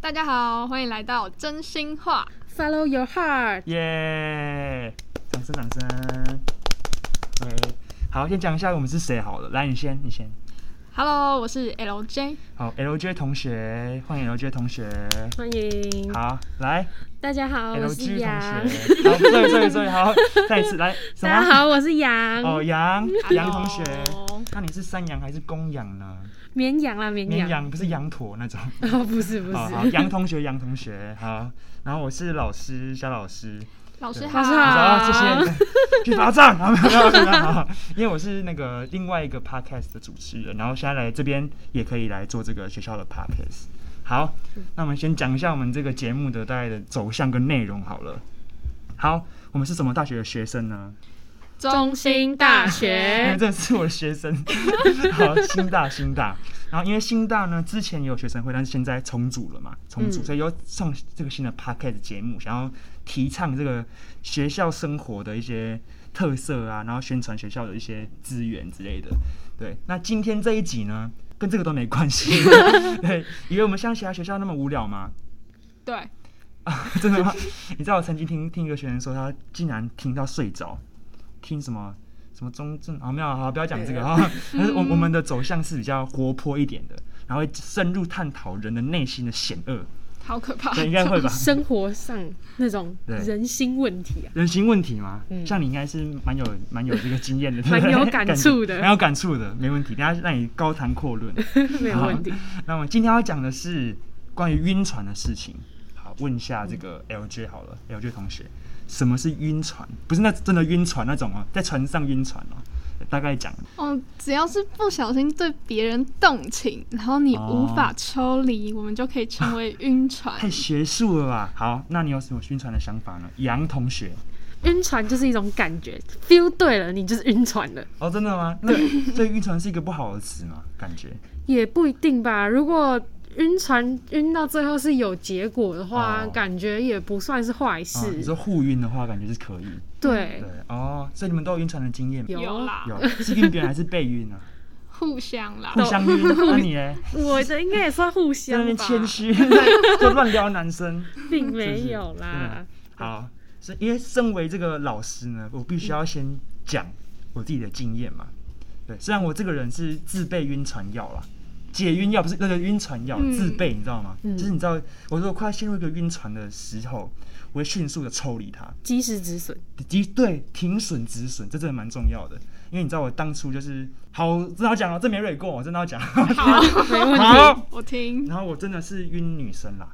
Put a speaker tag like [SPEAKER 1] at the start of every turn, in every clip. [SPEAKER 1] 大家好，欢迎来到真心话。
[SPEAKER 2] Follow your heart。
[SPEAKER 3] 耶！掌声，掌声。喂，好，先讲一下我们是谁好了。来，你先，你先。
[SPEAKER 1] Hello，我是 LJ。
[SPEAKER 3] 好，LJ 同学，欢迎 LJ 同学。
[SPEAKER 2] 欢迎，
[SPEAKER 3] 好，来
[SPEAKER 2] 大家好，哦我是
[SPEAKER 3] ，LG
[SPEAKER 2] 杨。
[SPEAKER 3] 同学。好，对对对，好，再一次来。什
[SPEAKER 2] 大家
[SPEAKER 3] 么？
[SPEAKER 2] 好，我是羊，
[SPEAKER 3] 哦，杨杨同学
[SPEAKER 1] Hello，
[SPEAKER 3] 那你是山羊还是公羊呢？
[SPEAKER 2] 绵羊啊啦，绵
[SPEAKER 3] 绵
[SPEAKER 2] 羊。
[SPEAKER 3] 羊不是羊驼那种。
[SPEAKER 2] 哦，不是不
[SPEAKER 3] 好好，
[SPEAKER 2] 是，
[SPEAKER 3] 杨同学，杨同学，好。然后我是老师，肖老师。
[SPEAKER 1] 老师
[SPEAKER 3] 对
[SPEAKER 1] 好。
[SPEAKER 2] 老师
[SPEAKER 3] 我
[SPEAKER 2] 好
[SPEAKER 3] 说啊这些人 去罚站， 好没有没有没有没有，好因为我是那个另外一个 podcast 的主持人，然后现在来这边也可以来做这个学校的 podcast。好，那我们先讲一下我们这个节目的大概的走向跟内容好了。好，我们是什么大学的学生呢？
[SPEAKER 2] 中兴大
[SPEAKER 3] 因为
[SPEAKER 2] 学。
[SPEAKER 3] 这是我的学生，好，新大新大。然后因为新大呢，之前也有学生会，但是现在重组了嘛，重组，
[SPEAKER 2] 嗯
[SPEAKER 3] 所以又上这个新的 p o d c a s t 节目，想要提倡这个学校生活的一些特色啊，然后宣传学校的一些资源之类的。对，那今天这一集呢，跟这个都没关系。 对，以为我们像其他学校那么无聊吗？
[SPEAKER 1] 对，
[SPEAKER 3] 真的吗？你知道我曾经听听一个学生说，他竟然听到睡着，听什么什么中正啊，没有，好，不要讲这个啊。 但是我
[SPEAKER 2] 嗯
[SPEAKER 3] 我们的走向是比较活泼一点的，然后会深入探讨人的内心的险恶，
[SPEAKER 1] 好可
[SPEAKER 2] 啊
[SPEAKER 1] 怕。
[SPEAKER 3] 对，应该会吧？
[SPEAKER 2] 生活上那种
[SPEAKER 3] 对
[SPEAKER 2] 人心问题啊，
[SPEAKER 3] 人心问题嘛，
[SPEAKER 2] 嗯
[SPEAKER 3] 像你应该是蛮有蛮有这个经验的，对不对
[SPEAKER 2] 蛮有感触的
[SPEAKER 3] 感觉蛮有感触的，没问题。等一下让你高谈阔论。
[SPEAKER 2] 没有问题。
[SPEAKER 3] 那我今天要讲的是关于晕船的事情。好，问一下这个 LJ 好了、l j 同学，什么是晕船？不是那真的晕船那种哦，在船上晕船哦。大概讲，
[SPEAKER 1] 嗯，只要是不小心对别人动情，然后你无法抽离，我们就可以称为晕 船。
[SPEAKER 3] 太学术了吧？好，那你有什么晕船的想法呢？杨同学，
[SPEAKER 2] 晕船就是一种感觉，feel 对了，你就是晕船了，
[SPEAKER 3] 哦，真的吗？那所以晕船是一个不好的词吗？感觉
[SPEAKER 2] 也不一定吧。如果晕船晕到最后是有结果的话，
[SPEAKER 3] 哦
[SPEAKER 2] 感觉也不算是坏
[SPEAKER 3] 啊，你
[SPEAKER 2] 事。
[SPEAKER 3] 说互晕的话，感觉是可以。
[SPEAKER 2] 对
[SPEAKER 3] 对，哦，所以你们都有晕船的经验吗？
[SPEAKER 2] 有
[SPEAKER 1] 有啦，
[SPEAKER 3] 有，是晕别人还是被晕啊？
[SPEAKER 1] 互相啦
[SPEAKER 3] 互。相晕，那你呢？
[SPEAKER 2] 我的应该也算互
[SPEAKER 3] 在
[SPEAKER 2] 相
[SPEAKER 3] 那边
[SPEAKER 2] 吧，
[SPEAKER 3] 谦虚， 就乱撩男生。
[SPEAKER 2] 并没有 啦。
[SPEAKER 3] 好，是因为身为这个老师呢，我必须要先讲我自己的经验嘛。对，虽然我这个人是自备晕船药啦，解晕药不是那个晕船药，
[SPEAKER 1] 嗯
[SPEAKER 3] 自备你知道吗？
[SPEAKER 2] 嗯
[SPEAKER 3] 就是你知道，我如果快要陷入一个晕船的时候，我会迅速的抽离它，
[SPEAKER 2] 及时止损，
[SPEAKER 3] 及对停损止损，这真的蛮重要的。因为你知道我当初就是好，真的要讲哦，这没蕊过，我真的要讲。
[SPEAKER 1] 好，
[SPEAKER 2] 没问题。
[SPEAKER 3] 好，
[SPEAKER 1] 我听。
[SPEAKER 3] 然后我真的是晕女生啦，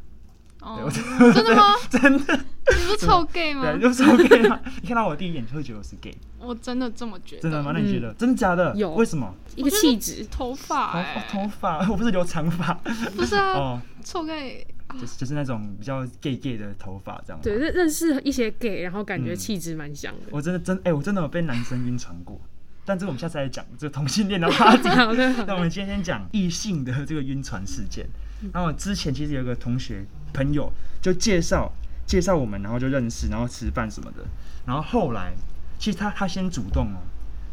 [SPEAKER 1] 哦
[SPEAKER 3] 对我，
[SPEAKER 1] 真的吗？
[SPEAKER 3] 真的，
[SPEAKER 1] 你不是臭 gay 吗？
[SPEAKER 3] 对，就是 OK 啊。你看到我第一眼就会觉得我是 gay。
[SPEAKER 1] 我真的这么觉
[SPEAKER 3] 真的吗？
[SPEAKER 1] 得。
[SPEAKER 3] 那你觉得、真的假的？
[SPEAKER 2] 嗯有
[SPEAKER 3] 为什么？
[SPEAKER 2] 一个气质，
[SPEAKER 1] 头发
[SPEAKER 3] 头哦
[SPEAKER 1] 哎，
[SPEAKER 3] 头发， 我不是留长发
[SPEAKER 1] 不是啊，
[SPEAKER 3] 哦，
[SPEAKER 1] 臭 gay
[SPEAKER 3] 就是就是那种比较 gay gay 的头发这样。
[SPEAKER 2] 对，，认认识一些 gay，然后感觉
[SPEAKER 3] 嗯
[SPEAKER 2] 气质蛮像的。
[SPEAKER 3] 我真的真哎、我真的有被男生晕船过，但这个我们下次再讲这个同性恋的 话题。
[SPEAKER 2] 好的，好
[SPEAKER 3] 那
[SPEAKER 2] 的
[SPEAKER 3] 我们今天先讲异性的这个晕船事件。
[SPEAKER 2] 嗯
[SPEAKER 3] 那我之前其实有个同学朋友就介绍介绍我们，然后就认识，然后吃饭什么的。然后后来，其实他他先主动哦，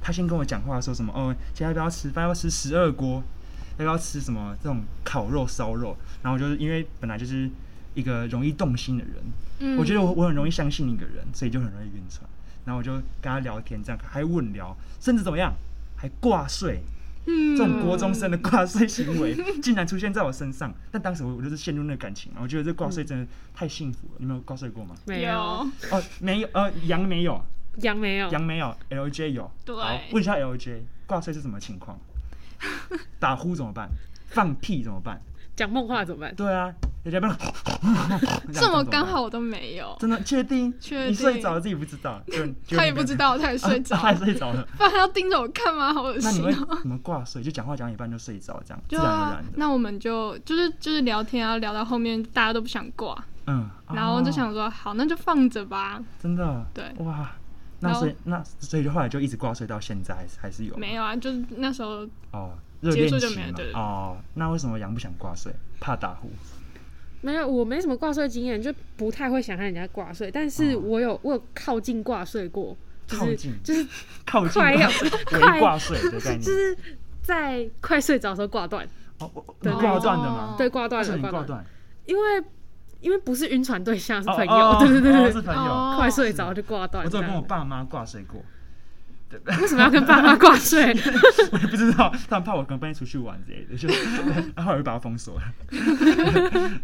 [SPEAKER 3] 他先跟我讲话说什么哦，今天要不要吃饭？要不要吃十二锅？要不要吃什么这种烤肉烧肉？然后我就是因为本来就是一个容易动心的人，
[SPEAKER 1] 嗯，
[SPEAKER 3] 我觉得我我很容易相信一个人，所以就很容易晕船。然后我就跟他聊天，这样还问聊，甚至怎么样，还挂睡。
[SPEAKER 1] 嗯
[SPEAKER 3] 这种国中生的挂睡行为 竟然出现在我身上，但当时我我就是陷入那个感情，我觉得这挂睡真的太幸福了。你们有挂睡过吗？
[SPEAKER 2] 没有
[SPEAKER 1] 有，
[SPEAKER 3] 哦，没有，呃，杨没有，
[SPEAKER 2] 杨没有，
[SPEAKER 3] 杨没有，LJ 有。
[SPEAKER 1] 嗯对
[SPEAKER 3] 好问一下 LJ 挂睡是什么 情况？打呼怎么办？放屁怎么办？
[SPEAKER 2] 讲梦话怎么办？
[SPEAKER 3] 对啊，人家不
[SPEAKER 1] 这么刚好我都没有，
[SPEAKER 3] 真的确定？
[SPEAKER 1] 确
[SPEAKER 3] 你睡
[SPEAKER 1] 定
[SPEAKER 3] 着了自己不知道， 就就
[SPEAKER 1] 他
[SPEAKER 3] 你
[SPEAKER 1] 也不
[SPEAKER 3] 跟
[SPEAKER 1] 知 道，他也睡着
[SPEAKER 3] 啊，他也睡着 了。
[SPEAKER 1] 不然他要盯着我看吗？好恶
[SPEAKER 3] 那你
[SPEAKER 1] 心
[SPEAKER 3] 会
[SPEAKER 1] 哦。
[SPEAKER 3] 怎么挂睡？就讲话讲一半就睡着，这样自
[SPEAKER 1] 对
[SPEAKER 3] 然而
[SPEAKER 1] 啊
[SPEAKER 3] 然，的。
[SPEAKER 1] 那我们就就是就是聊天啊，聊到后面大家都不想挂，
[SPEAKER 3] 嗯，
[SPEAKER 1] 然后就
[SPEAKER 3] 哦
[SPEAKER 1] 想说好，那就放着吧。
[SPEAKER 3] 真的，
[SPEAKER 1] 对
[SPEAKER 3] 哇，
[SPEAKER 1] 然
[SPEAKER 3] 那
[SPEAKER 1] 后
[SPEAKER 3] 所以那所以就后来就一直挂睡到现在，还是还是有
[SPEAKER 1] 没有啊，就是那时候
[SPEAKER 3] 哦，热
[SPEAKER 1] 结
[SPEAKER 3] 恋
[SPEAKER 1] 束就
[SPEAKER 3] 期
[SPEAKER 1] 没有
[SPEAKER 3] 嘛
[SPEAKER 1] 对对对
[SPEAKER 3] 哦，那为什么杨不想挂睡？怕打呼
[SPEAKER 2] 没有，我没什么挂睡经验，就不太会想和人家挂睡。但是
[SPEAKER 3] 哦
[SPEAKER 2] 我有，我有靠近挂睡过，就
[SPEAKER 3] 靠
[SPEAKER 2] 是
[SPEAKER 3] 近
[SPEAKER 2] 就是
[SPEAKER 3] 靠近
[SPEAKER 2] 快要
[SPEAKER 3] 围挂睡的概
[SPEAKER 2] 就
[SPEAKER 3] 念，
[SPEAKER 2] 是在快睡着的时候挂断，
[SPEAKER 3] 哦，我
[SPEAKER 2] 对
[SPEAKER 3] 你挂断的吗？
[SPEAKER 1] 哦
[SPEAKER 2] 对，挂断
[SPEAKER 3] 为什么
[SPEAKER 2] 了，
[SPEAKER 3] 你挂
[SPEAKER 2] 断。
[SPEAKER 3] 断？
[SPEAKER 2] 因为因为不是晕船对象，是
[SPEAKER 3] 哦
[SPEAKER 2] 朋友，
[SPEAKER 3] 哦
[SPEAKER 2] 对对
[SPEAKER 3] 哦
[SPEAKER 2] 对对，
[SPEAKER 3] 是朋友。
[SPEAKER 1] 哦
[SPEAKER 2] 快睡着就挂断
[SPEAKER 3] 我
[SPEAKER 2] 这
[SPEAKER 3] 只有跟我
[SPEAKER 2] 样。
[SPEAKER 3] 爸妈挂睡过，
[SPEAKER 2] 为什么要跟爸妈挂睡？
[SPEAKER 3] 我也不知道，他们怕我跟半夜出去玩之类的，就然后我就把他封锁了。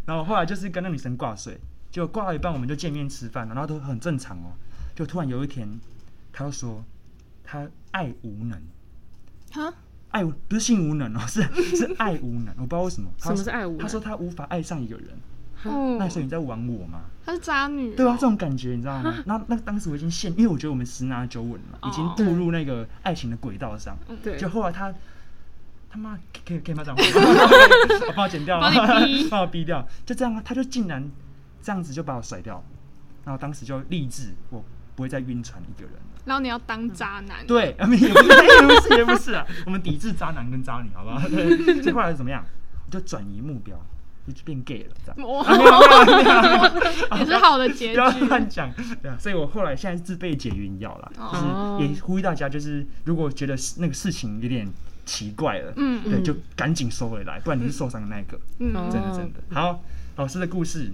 [SPEAKER 3] 然后后来就是跟那女生挂睡，就挂到一半我们就见面吃饭，然后都很正常哦。就突然有一天，他就说他爱无能，
[SPEAKER 1] 哈，
[SPEAKER 3] 爱无不是性无能哦，是是爱无能，我不知道为什么。他
[SPEAKER 2] 什么是爱无能
[SPEAKER 3] 他说他无法爱上一个人，那
[SPEAKER 1] 哦
[SPEAKER 3] 你，说你在玩我吗？
[SPEAKER 1] 她是渣女，
[SPEAKER 3] 对啊，这种感觉你知道吗？那那当时我已经陷，因为我觉得我们十拿九稳了，已经
[SPEAKER 1] 哦
[SPEAKER 3] 步入那个爱情的轨道上。
[SPEAKER 2] 对，
[SPEAKER 3] 就后来他他妈可以可 以骂脏话吗，我帮我剪掉了，
[SPEAKER 1] 帮你逼
[SPEAKER 3] 帮我逼掉，就这样啊，他就竟然这样子就把我甩掉了，然后当时就立志我不会再晕船一个人了。
[SPEAKER 1] 然后你要当渣男，，
[SPEAKER 3] 对，啊也不是也不是也不是啊，我们抵制渣男跟渣女，好不好？对就后来怎么样？我就转移目标，就变 gay 了，这样。啊没有没有没有没有
[SPEAKER 1] 也是好的结
[SPEAKER 3] 啊不要
[SPEAKER 1] 局。
[SPEAKER 3] 乱讲，对啊，所以我后来现在是自备解晕药啦，
[SPEAKER 2] 哦
[SPEAKER 3] 就是也呼吁大家，就是如果觉得那个事情有点奇怪了，
[SPEAKER 1] 嗯
[SPEAKER 3] 对，
[SPEAKER 2] 嗯
[SPEAKER 3] 就赶紧收回来，不然你是受伤的那一个，
[SPEAKER 1] 嗯
[SPEAKER 2] 哦，
[SPEAKER 3] 真的真的。好，老师的故事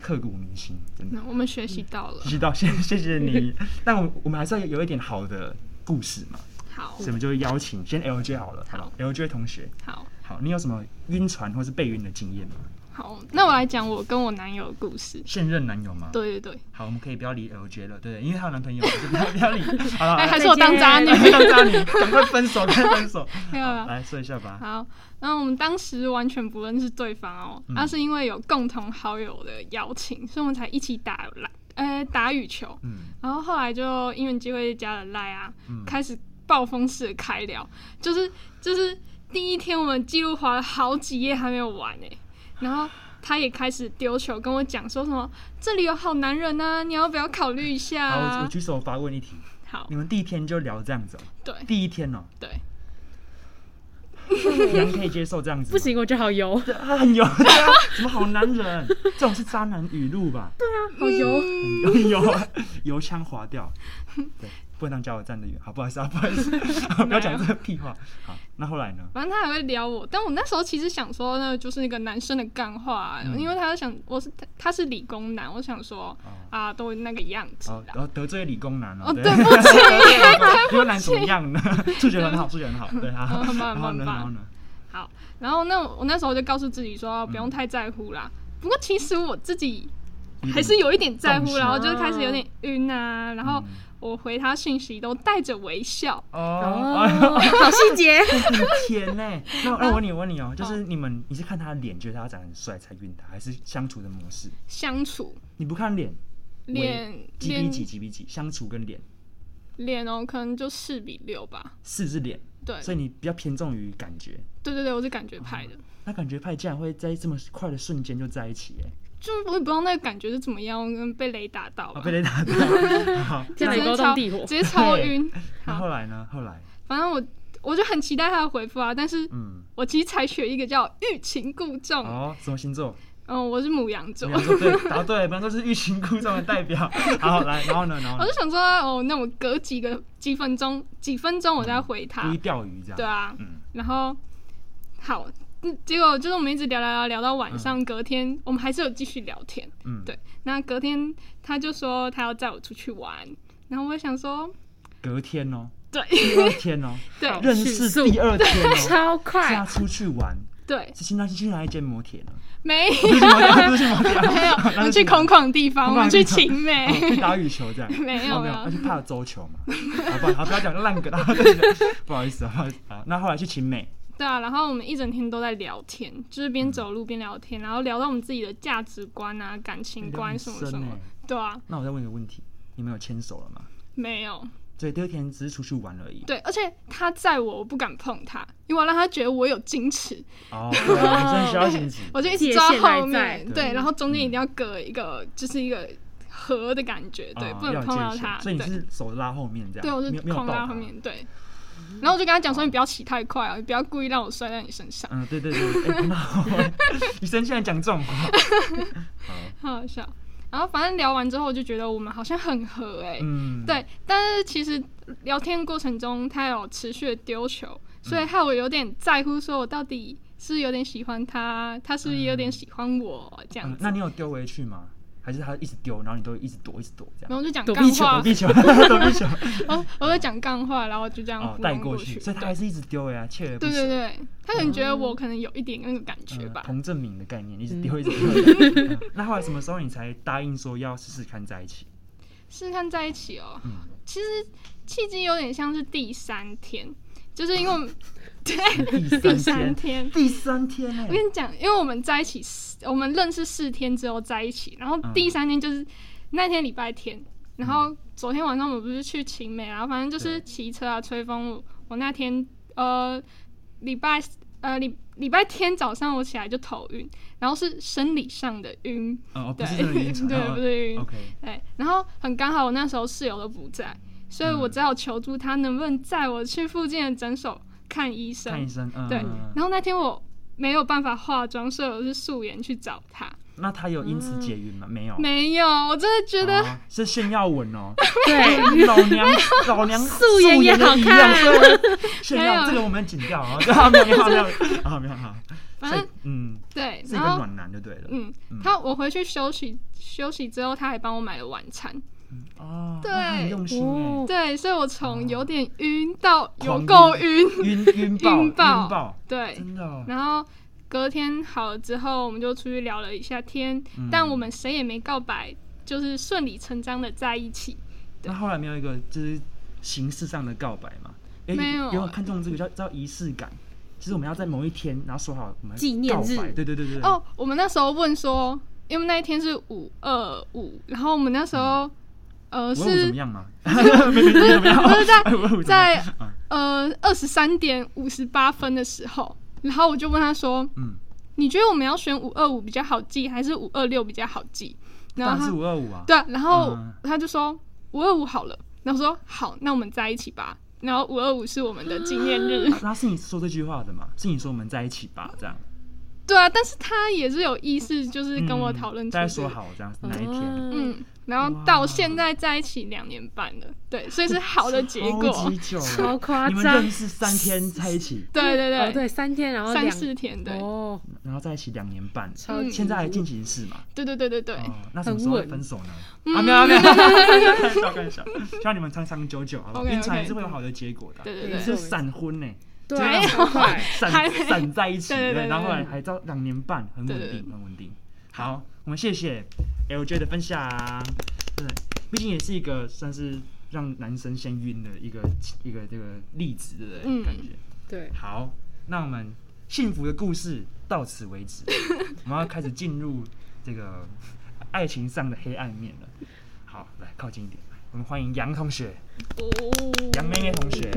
[SPEAKER 3] 刻骨铭心，真的，
[SPEAKER 1] 那我们学习到了
[SPEAKER 3] 谢，谢到谢谢谢你。但我们我们还是要有一点好的故事嘛，
[SPEAKER 1] 好
[SPEAKER 3] 所以我们就邀请先 LJ 好了，
[SPEAKER 1] 好
[SPEAKER 3] 好 l j 同学，
[SPEAKER 1] 好
[SPEAKER 3] 好，你有什么晕船或是被晕的经验吗？
[SPEAKER 1] 好，那我来讲我跟我男友的故事。
[SPEAKER 3] 现任男友吗？
[SPEAKER 1] 对对对，
[SPEAKER 3] 好，我们可以不要理 LJ 了，对不对？因为她有男朋友，就不要不要理。好了，好
[SPEAKER 1] 哎，
[SPEAKER 3] 了
[SPEAKER 1] 还是我当渣女
[SPEAKER 2] 再。
[SPEAKER 3] 当 渣女，赶快分手，赶快分手。
[SPEAKER 1] 没有
[SPEAKER 3] 好
[SPEAKER 1] 了
[SPEAKER 3] 来说一下吧。
[SPEAKER 1] 好，那我们当时完全不认识对方哦，
[SPEAKER 3] 嗯
[SPEAKER 1] 那、是因为有共同好友的邀请，所以我们才一起打篮呃打羽球，
[SPEAKER 3] 嗯，
[SPEAKER 1] 然后后来就因为机会加了赖啊，
[SPEAKER 3] 嗯
[SPEAKER 1] 开始暴风式的开聊，就是就是第一天我们记录划了好几页还没有完呢、欸然后。他也开始丢球跟我讲说什么这里有好男人呐、你要不要考虑一下、
[SPEAKER 3] 好，我我
[SPEAKER 1] 啊？
[SPEAKER 3] 举手发问一题。
[SPEAKER 1] 好
[SPEAKER 3] 你，们第一天就聊这样子哦？
[SPEAKER 1] 对
[SPEAKER 3] 第一天哦，
[SPEAKER 1] 对，
[SPEAKER 3] 你们可以接受这样子？
[SPEAKER 2] 不，行，我觉得好油，
[SPEAKER 3] 他很油，对啊，什么好男人？这种是渣男语录吧？
[SPEAKER 2] 好油，
[SPEAKER 3] 很油，油腔滑调。对，不能当加油站的员，好，不好意思啊，不好 意思，不要讲这个屁话。
[SPEAKER 1] 啊
[SPEAKER 3] 好，那后来呢？
[SPEAKER 1] 反正他还会撩我，但我那时候其实想说，那就是那个男生的干话啊、
[SPEAKER 3] 嗯
[SPEAKER 1] 因为他想我是他他是理工男，我想说
[SPEAKER 3] 哦
[SPEAKER 1] 啊，都那个样子
[SPEAKER 3] 哦，
[SPEAKER 1] 啦
[SPEAKER 3] 然。后得罪理工男了，
[SPEAKER 1] 哦，对不 起，
[SPEAKER 3] 理 工男怎么 样呢？数学很好，数学很好，对啊。
[SPEAKER 1] 嗯很棒
[SPEAKER 3] 然后
[SPEAKER 1] 很
[SPEAKER 3] 呢？
[SPEAKER 1] 棒
[SPEAKER 3] 然后呢？
[SPEAKER 1] 好，然后那我那时候就告诉自己说，
[SPEAKER 3] 嗯
[SPEAKER 1] 不用太在乎啦。不过其实我自己
[SPEAKER 3] 有点
[SPEAKER 1] 还是有一点在乎，
[SPEAKER 3] 嗯重视啊嗯
[SPEAKER 1] 然后就开始有点晕啊。然后我回他讯息都带着微笑，
[SPEAKER 3] 哦，
[SPEAKER 2] 哦，好细 节，
[SPEAKER 3] 很甜呢、那那我问你，我问你哦、就是你们你是看他的脸觉得他长得很帅才晕他，还是相处的模式？
[SPEAKER 1] 相处
[SPEAKER 3] 你不看脸，
[SPEAKER 1] 脸
[SPEAKER 3] 几比
[SPEAKER 1] 脸
[SPEAKER 3] 几几比几，相处跟脸
[SPEAKER 1] 脸哦，可能就四比六吧。
[SPEAKER 3] 四是脸，
[SPEAKER 1] 对
[SPEAKER 3] 所以你比较偏重于感觉。
[SPEAKER 1] 对对对，我是感觉派的，
[SPEAKER 3] 那感觉派竟然会在这么快的瞬间就在一起、欸，
[SPEAKER 1] 就我也不知道那个感觉是怎么样，我可能被雷打到
[SPEAKER 3] 好
[SPEAKER 1] 吧。
[SPEAKER 3] 哦被 雷打到。好，
[SPEAKER 2] 天雷
[SPEAKER 1] 直
[SPEAKER 2] 勾
[SPEAKER 1] 接
[SPEAKER 2] 动
[SPEAKER 1] 超
[SPEAKER 2] 地火
[SPEAKER 1] 直，接超晕。
[SPEAKER 3] 那
[SPEAKER 1] 好
[SPEAKER 3] 后来呢？后来，
[SPEAKER 1] 反正我我就很期待他的回复啊，但是
[SPEAKER 3] 嗯，
[SPEAKER 1] 我其实采取一个叫欲擒故纵，
[SPEAKER 3] 哦，什么星座？
[SPEAKER 1] 嗯，我是母羊座，
[SPEAKER 3] 母羊座对，答对，母羊座是欲擒故纵的 代表。好，来，然后呢？然后
[SPEAKER 1] 我
[SPEAKER 3] 呢
[SPEAKER 1] 就？想说，哦，那我隔几个几分钟，几分钟我再回
[SPEAKER 3] 故
[SPEAKER 1] 他
[SPEAKER 3] 意，钓鱼这样。
[SPEAKER 1] 对啊，
[SPEAKER 3] 嗯，
[SPEAKER 1] 然后好，嗯结果就是我们一直聊聊聊聊到晚上，隔天我们还是有继续聊天，
[SPEAKER 3] 嗯
[SPEAKER 1] 对，那隔天他就说他要载我出去玩，然后我也想说，
[SPEAKER 3] 隔天哦，
[SPEAKER 1] 对
[SPEAKER 3] 第二天 哦，
[SPEAKER 1] 对
[SPEAKER 2] 好
[SPEAKER 3] 认识
[SPEAKER 2] 迅速
[SPEAKER 3] 第二天哦，
[SPEAKER 2] 超
[SPEAKER 3] 是
[SPEAKER 2] 快
[SPEAKER 3] 要，出去玩，
[SPEAKER 1] 对，
[SPEAKER 3] 是去那去哪一间 摩铁呢？
[SPEAKER 1] 没
[SPEAKER 3] 不是摩铁，不是摩铁，
[SPEAKER 1] 没 有，我们去空旷的地方，
[SPEAKER 3] 空旷的地方
[SPEAKER 1] 我们去晴美，
[SPEAKER 3] 哦去打羽球这样。
[SPEAKER 1] 没有
[SPEAKER 3] 哦
[SPEAKER 1] 没
[SPEAKER 3] 没
[SPEAKER 1] 有
[SPEAKER 3] 那就怕了桌球嘛。 好吧，好不要讲烂梗，对对对 不好意思啊，不好意思啊。那后来去秦美，
[SPEAKER 1] 对啊，然后我们一整天都在聊天，就是
[SPEAKER 3] 嗯
[SPEAKER 1] 边走路边聊天，啊然后聊到我们自己的价值观啊、感情观什么什
[SPEAKER 3] 聊
[SPEAKER 1] 么
[SPEAKER 3] 很深欸。
[SPEAKER 1] 对啊，
[SPEAKER 3] 那我再问一个问题，你们有牵手了吗？
[SPEAKER 1] 没有
[SPEAKER 3] 所以第二天只是出去玩而已。
[SPEAKER 1] 对，而且他载我，我不敢碰他，因为我让他觉得我有矜持，
[SPEAKER 3] 哦，对女生需要矜持。
[SPEAKER 1] 我就一直抓
[SPEAKER 2] 界限还
[SPEAKER 1] 后面，
[SPEAKER 2] 在
[SPEAKER 1] 对，
[SPEAKER 3] 对
[SPEAKER 1] 然后中间一定要隔一个，就是一个河的感觉，对，
[SPEAKER 3] 哦
[SPEAKER 1] 不能碰
[SPEAKER 3] 要
[SPEAKER 1] 到
[SPEAKER 3] 有界限
[SPEAKER 1] 他，
[SPEAKER 3] 所以你
[SPEAKER 1] 对
[SPEAKER 3] 是手拉后面这样，
[SPEAKER 1] 对，我是
[SPEAKER 3] 没有没有
[SPEAKER 1] 狂
[SPEAKER 3] 抱
[SPEAKER 1] 拉
[SPEAKER 3] 他
[SPEAKER 1] 后。面，对。然后我就跟他讲说，你不要骑太快啊，你不要故意让我摔在你身上，
[SPEAKER 3] 嗯，对对对，哎，很好。 女生竟然讲这种话，
[SPEAKER 1] 很好笑。然后反正聊完之后，我就觉得我们好像很合哎、
[SPEAKER 3] 嗯，
[SPEAKER 1] 对，但是其实
[SPEAKER 3] 嗯
[SPEAKER 1] 聊天过程中，他有持续的丢球，所以害我有点在乎，说我到底是不是有点喜欢他，他是不是也有点喜欢我、这样
[SPEAKER 3] 嗯
[SPEAKER 1] 子。
[SPEAKER 3] 那你有丢回去吗？还是他一直丢，然后你都一直躲，一直躲这
[SPEAKER 1] 然后
[SPEAKER 3] 样？
[SPEAKER 1] 我就讲
[SPEAKER 2] 躲
[SPEAKER 1] 干
[SPEAKER 2] 避球
[SPEAKER 1] 话
[SPEAKER 3] 躲，避球， 躲避球，
[SPEAKER 1] 我我就讲干话，然后就这样
[SPEAKER 3] 哦
[SPEAKER 1] 糊，
[SPEAKER 3] 带
[SPEAKER 1] 弄
[SPEAKER 3] 过
[SPEAKER 1] 去。
[SPEAKER 3] 去，所以他还是一直丢呀，锲而不
[SPEAKER 1] 对
[SPEAKER 3] 舍。
[SPEAKER 1] 对对，他可能觉得我可能有一点那个感觉
[SPEAKER 3] 嗯
[SPEAKER 1] 吧。
[SPEAKER 3] 彭正明的概念，一直丢，一直 丢。嗯那后来什么时候你才答应说要试试看在一起？
[SPEAKER 1] 试探在一起哦。
[SPEAKER 3] 嗯
[SPEAKER 1] 其实契机有点像是第三天，就是因为我们对
[SPEAKER 3] 第
[SPEAKER 1] 哎第
[SPEAKER 3] 三
[SPEAKER 1] 三天。
[SPEAKER 3] 天，第三天哎呢
[SPEAKER 1] 我？跟你讲，因为我们在一起四，我们认识四天之后在一起，然后
[SPEAKER 3] 嗯
[SPEAKER 1] 第三天就是那天礼拜天，然后昨天晚上我们不是去晴美，然后反正就是
[SPEAKER 3] 对
[SPEAKER 1] 骑车啊、吹风。我我那天呃礼拜呃礼礼拜天早上我起来就头晕，然后是生理上的晕，
[SPEAKER 3] 哦，不
[SPEAKER 1] 对
[SPEAKER 3] 是这个晕船，
[SPEAKER 1] 对，不是晕，
[SPEAKER 3] OK，
[SPEAKER 1] 对，然后很刚好我那时候室友都不在，所以
[SPEAKER 3] 嗯
[SPEAKER 1] 我只好求助他能不能载我去附近的诊所看医生。
[SPEAKER 3] 看医生，嗯，
[SPEAKER 1] 对
[SPEAKER 3] 嗯，嗯
[SPEAKER 1] 然后那天我没有办法化妆，所以我是素颜去找他。
[SPEAKER 3] 那他有因此解
[SPEAKER 1] 嗯
[SPEAKER 3] 晕吗？没有，
[SPEAKER 1] 没有，我真的觉得、
[SPEAKER 3] 哦是炫耀文哦，
[SPEAKER 2] 对，
[SPEAKER 3] 老娘老娘
[SPEAKER 2] 素颜也好看
[SPEAKER 3] 素颜也一样所以我们炫
[SPEAKER 1] 没
[SPEAKER 3] 耀
[SPEAKER 1] 有
[SPEAKER 3] 这个我们剪掉啊， 啊没有没有没有啊没有好，
[SPEAKER 1] 反
[SPEAKER 3] 所
[SPEAKER 1] 正
[SPEAKER 3] 以嗯
[SPEAKER 1] 对，
[SPEAKER 3] 是一个
[SPEAKER 1] 然后
[SPEAKER 3] 暖男就对了，
[SPEAKER 1] 嗯，他我回去休息休息之后，他还帮我买了晚餐。
[SPEAKER 3] 哦，
[SPEAKER 1] 对
[SPEAKER 3] 那很用心哎
[SPEAKER 2] 哦，
[SPEAKER 1] 对，所以我从有点晕到有
[SPEAKER 3] 狂
[SPEAKER 1] 够
[SPEAKER 3] 晕
[SPEAKER 1] 晕，
[SPEAKER 3] 晕晕爆
[SPEAKER 1] 晕爆
[SPEAKER 3] 晕爆，
[SPEAKER 1] 对，
[SPEAKER 3] 真的哦，
[SPEAKER 1] 然后隔天好了之后，我们就出去聊了一下天，
[SPEAKER 3] 嗯
[SPEAKER 1] 但我们谁也没告白，就是顺理成章的在一起。
[SPEAKER 3] 那后来没有一个就是形式上的告白嘛？诶
[SPEAKER 1] 没有
[SPEAKER 3] 有看重这个叫叫仪式感。其实我们要在某一天，然后说好我们
[SPEAKER 2] 纪念日
[SPEAKER 3] 告白对对对对。
[SPEAKER 1] 哦，我们那时候问说，因为那一天是五二五，然后我们那时
[SPEAKER 3] 嗯
[SPEAKER 1] 候、呃
[SPEAKER 3] 我有怎
[SPEAKER 1] 是
[SPEAKER 3] 么样嘛？ 没没没怎 么样，
[SPEAKER 1] 不是在
[SPEAKER 3] 哎我有怎么样
[SPEAKER 1] 在
[SPEAKER 3] 啊
[SPEAKER 1] 呃二十三点五十八分的时候，然后我就问他说，
[SPEAKER 3] 嗯，
[SPEAKER 1] 你觉得我们要选五二五比较好记，还是五二六比较好记？然
[SPEAKER 3] 当
[SPEAKER 1] 后
[SPEAKER 3] 然
[SPEAKER 1] 他
[SPEAKER 3] 是五二五啊。
[SPEAKER 1] 对啊，然后
[SPEAKER 3] 嗯
[SPEAKER 1] 他就说五二五好了，然后说好，那我们在一起吧。然后五二五是我们的纪念日，
[SPEAKER 3] 那是你说这句话的嘛？是你说我们在一起吧？这样
[SPEAKER 1] 对啊，但是他也是有意识，就是跟我讨论
[SPEAKER 3] 嗯
[SPEAKER 1] 出、
[SPEAKER 3] 大家说，好这样哪一天？
[SPEAKER 2] 嗯，
[SPEAKER 1] 嗯，然后到现在在一起两年半了，对，所以是好的结
[SPEAKER 3] 超
[SPEAKER 1] 果
[SPEAKER 3] 级，久
[SPEAKER 2] 超
[SPEAKER 3] 了，
[SPEAKER 2] 夸
[SPEAKER 3] 你们
[SPEAKER 2] 张
[SPEAKER 3] 认，识三天在一起，
[SPEAKER 1] 对对
[SPEAKER 2] 哦
[SPEAKER 1] 对，
[SPEAKER 2] 对，三天然后
[SPEAKER 1] 三
[SPEAKER 2] 两
[SPEAKER 1] 四天，对，
[SPEAKER 2] 哦，
[SPEAKER 3] 然后在一起两年半，
[SPEAKER 2] 超级
[SPEAKER 3] 现在还进行式嘛？
[SPEAKER 1] 对对对对对，
[SPEAKER 3] 哦，那什么时候
[SPEAKER 2] 很
[SPEAKER 3] 会
[SPEAKER 2] 稳
[SPEAKER 3] 分手呢？啊，没有啊 没有，开玩笑开玩笑，希望你们长长久久，好不好？
[SPEAKER 1] OK，OK
[SPEAKER 3] 晕船还是会有好的结果的啊。
[SPEAKER 1] 对对
[SPEAKER 2] 没
[SPEAKER 1] 对
[SPEAKER 2] 错
[SPEAKER 3] 是闪婚呢，
[SPEAKER 2] 对
[SPEAKER 1] 没
[SPEAKER 2] 啊，
[SPEAKER 1] 有
[SPEAKER 2] 超快，
[SPEAKER 3] 闪
[SPEAKER 1] 还没
[SPEAKER 3] 闪在一起，
[SPEAKER 1] 对对
[SPEAKER 3] 对
[SPEAKER 1] 对对
[SPEAKER 3] 然后后来还到两年半，很
[SPEAKER 1] 对
[SPEAKER 3] 稳
[SPEAKER 1] 对
[SPEAKER 3] 定，很稳定。好，我们谢谢 LJ 的分享，对，毕竟也是一个算是让男生先晕的一个一个这个例子，对不对？
[SPEAKER 1] 嗯
[SPEAKER 3] 感觉
[SPEAKER 2] 对，
[SPEAKER 3] 好，那我们幸福的故事到此为 止，我们要开始进入这个爱情上的黑暗面了。好，来靠近一点，我们欢迎杨同学，
[SPEAKER 1] 哦
[SPEAKER 3] 杨妹妹同 学，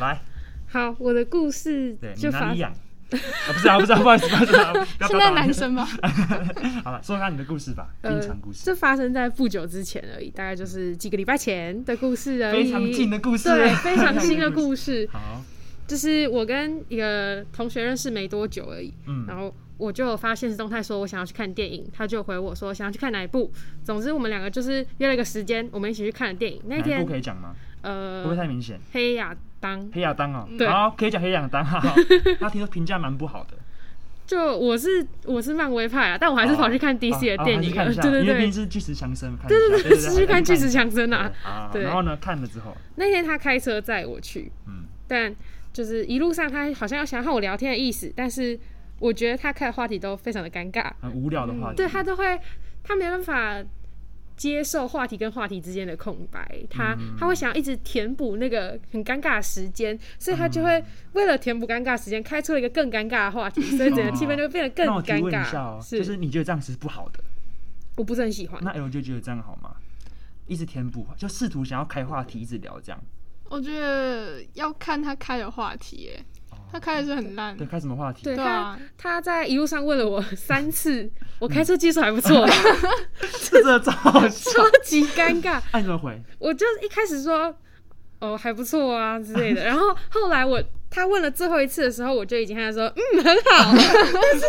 [SPEAKER 3] 来，
[SPEAKER 2] 好，我的故事
[SPEAKER 3] 对你
[SPEAKER 2] 就
[SPEAKER 3] 哪
[SPEAKER 2] 发
[SPEAKER 3] 里痒？啊，不是啊，不是啊，不好意思，不好 意思啊，不要
[SPEAKER 1] 现在男。生吧，
[SPEAKER 3] 不要打我 好了，说下你的故事吧，
[SPEAKER 2] 呃
[SPEAKER 3] 晕船故，事，
[SPEAKER 2] 这发生在不久之前而已，大概就是几个礼拜前的故事而已。
[SPEAKER 3] 非常近的故事，。
[SPEAKER 2] 对，非常新的故事
[SPEAKER 3] 好，
[SPEAKER 2] 就是我跟一个同学认识没多久而已，
[SPEAKER 3] 嗯
[SPEAKER 2] 然后我就发现实动态说我想要去看电影，他就回我说想要去看哪一部。总之我们两个就是约了一个时间，我们一起去看了电影。那
[SPEAKER 3] 哪一
[SPEAKER 2] 天
[SPEAKER 3] 部可以讲吗？啊会不会
[SPEAKER 2] 呃，
[SPEAKER 3] 太明显？
[SPEAKER 2] 黑亚当，
[SPEAKER 3] 黑亚当哦，
[SPEAKER 2] 对
[SPEAKER 3] 好，可以讲黑亚 当，好，他听说评价蛮不好的，
[SPEAKER 2] 就我是我是漫威派啊，但我还是跑去看 DC 的电影
[SPEAKER 3] 哦还
[SPEAKER 2] 了。
[SPEAKER 3] 是看一 下
[SPEAKER 2] 对对
[SPEAKER 3] 因为毕
[SPEAKER 2] 对
[SPEAKER 3] 竟，是巨石强森，看一下
[SPEAKER 2] 对对
[SPEAKER 3] 对
[SPEAKER 2] 对，是去看巨石强
[SPEAKER 3] 森
[SPEAKER 2] 森啊。对
[SPEAKER 3] 然后呢，看了之后，
[SPEAKER 2] 那天他开车载我去，
[SPEAKER 3] 嗯，
[SPEAKER 2] 但就是一路上他好像要想和我聊天的意思，但是我觉得他开的话题都非常的尴尬，
[SPEAKER 3] 很无聊的话题，
[SPEAKER 2] 嗯对他都会，他没办法接受话题跟话题之间的空白，他、
[SPEAKER 3] 嗯
[SPEAKER 2] 他会想要一直填补那个很尴尬的时间，所以他
[SPEAKER 3] 嗯
[SPEAKER 2] 就会为了填补尴尬时间，开出了一个更尴尬的话题，所以整个气氛就会变得更
[SPEAKER 3] 哦那我提
[SPEAKER 2] 尴
[SPEAKER 3] 问一下
[SPEAKER 2] 尬。
[SPEAKER 3] 哦，就是你觉得这样是不好的，
[SPEAKER 2] 我不是很喜欢。
[SPEAKER 3] 那 L 就觉得这样好吗？一直填补，就试图想要开话题，一直聊这样。
[SPEAKER 1] 我觉得要看他开的话题耶，他开的是很烂，
[SPEAKER 3] 哦对，开什么话题？
[SPEAKER 2] 对
[SPEAKER 1] 对啊
[SPEAKER 2] 他，他在一路上问了我三次，我
[SPEAKER 3] 嗯
[SPEAKER 2] 开车技术还不 错，超
[SPEAKER 3] 这这超好笑。
[SPEAKER 2] 级尴尬。
[SPEAKER 3] 按怎么回？
[SPEAKER 2] 我就一开始说，哦，还不错啊之类的。然后后来我他问了最后一次的时候，我就已经和他说，嗯，很好。